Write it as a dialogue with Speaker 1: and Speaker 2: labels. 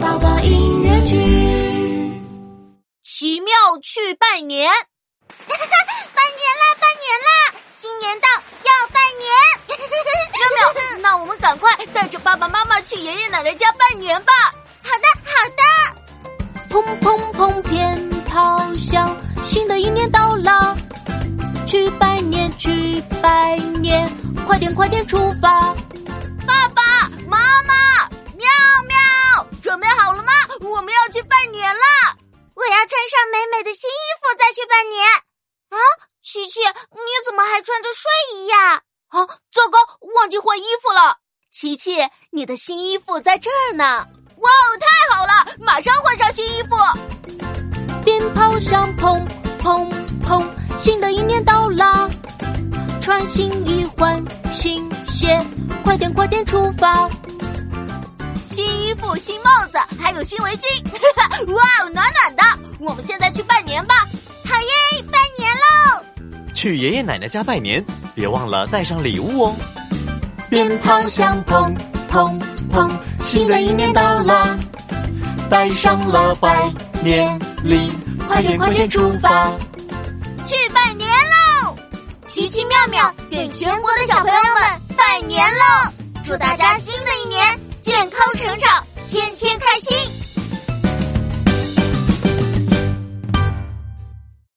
Speaker 1: 宝宝音乐剧。
Speaker 2: 奇妙去拜年，
Speaker 3: 拜年啦，拜年啦！新年到，要拜 年。
Speaker 2: 妙妙，那我们赶快带着爸爸妈妈去爷爷奶奶家拜年吧！
Speaker 3: 好的，好的。
Speaker 4: 砰砰砰，鞭炮响，新的一年到了，去拜年，去拜年，快点快点出发！
Speaker 2: 爸爸妈妈，妙妙，准备好了吗？我们要去拜年啦！
Speaker 3: 我要穿上美美的新衣服再去拜年。啊，琪琪，你怎么还穿着睡衣呀？
Speaker 2: 啊，糟糕，忘记换衣服了！琪琪，你的新衣服在这儿呢！哇哦，太好了，马上换上新衣服！
Speaker 4: 鞭炮响，砰砰砰，新的一年到啦，穿新衣换新鞋，快点快点出发！
Speaker 2: 新衣服、新帽子，还有新围巾， 哇哦，暖暖的！我们现在去拜年吧！
Speaker 3: 好耶，拜年喽！
Speaker 5: 去爷爷奶奶家拜年，别忘了带上礼物哦。
Speaker 4: 鞭炮响，砰砰砰，新的一年到啦，带上了拜年礼，快点快点出发！
Speaker 2: 去拜年喽！
Speaker 3: 奇奇妙妙给全国的小朋友们拜年喽！祝大家！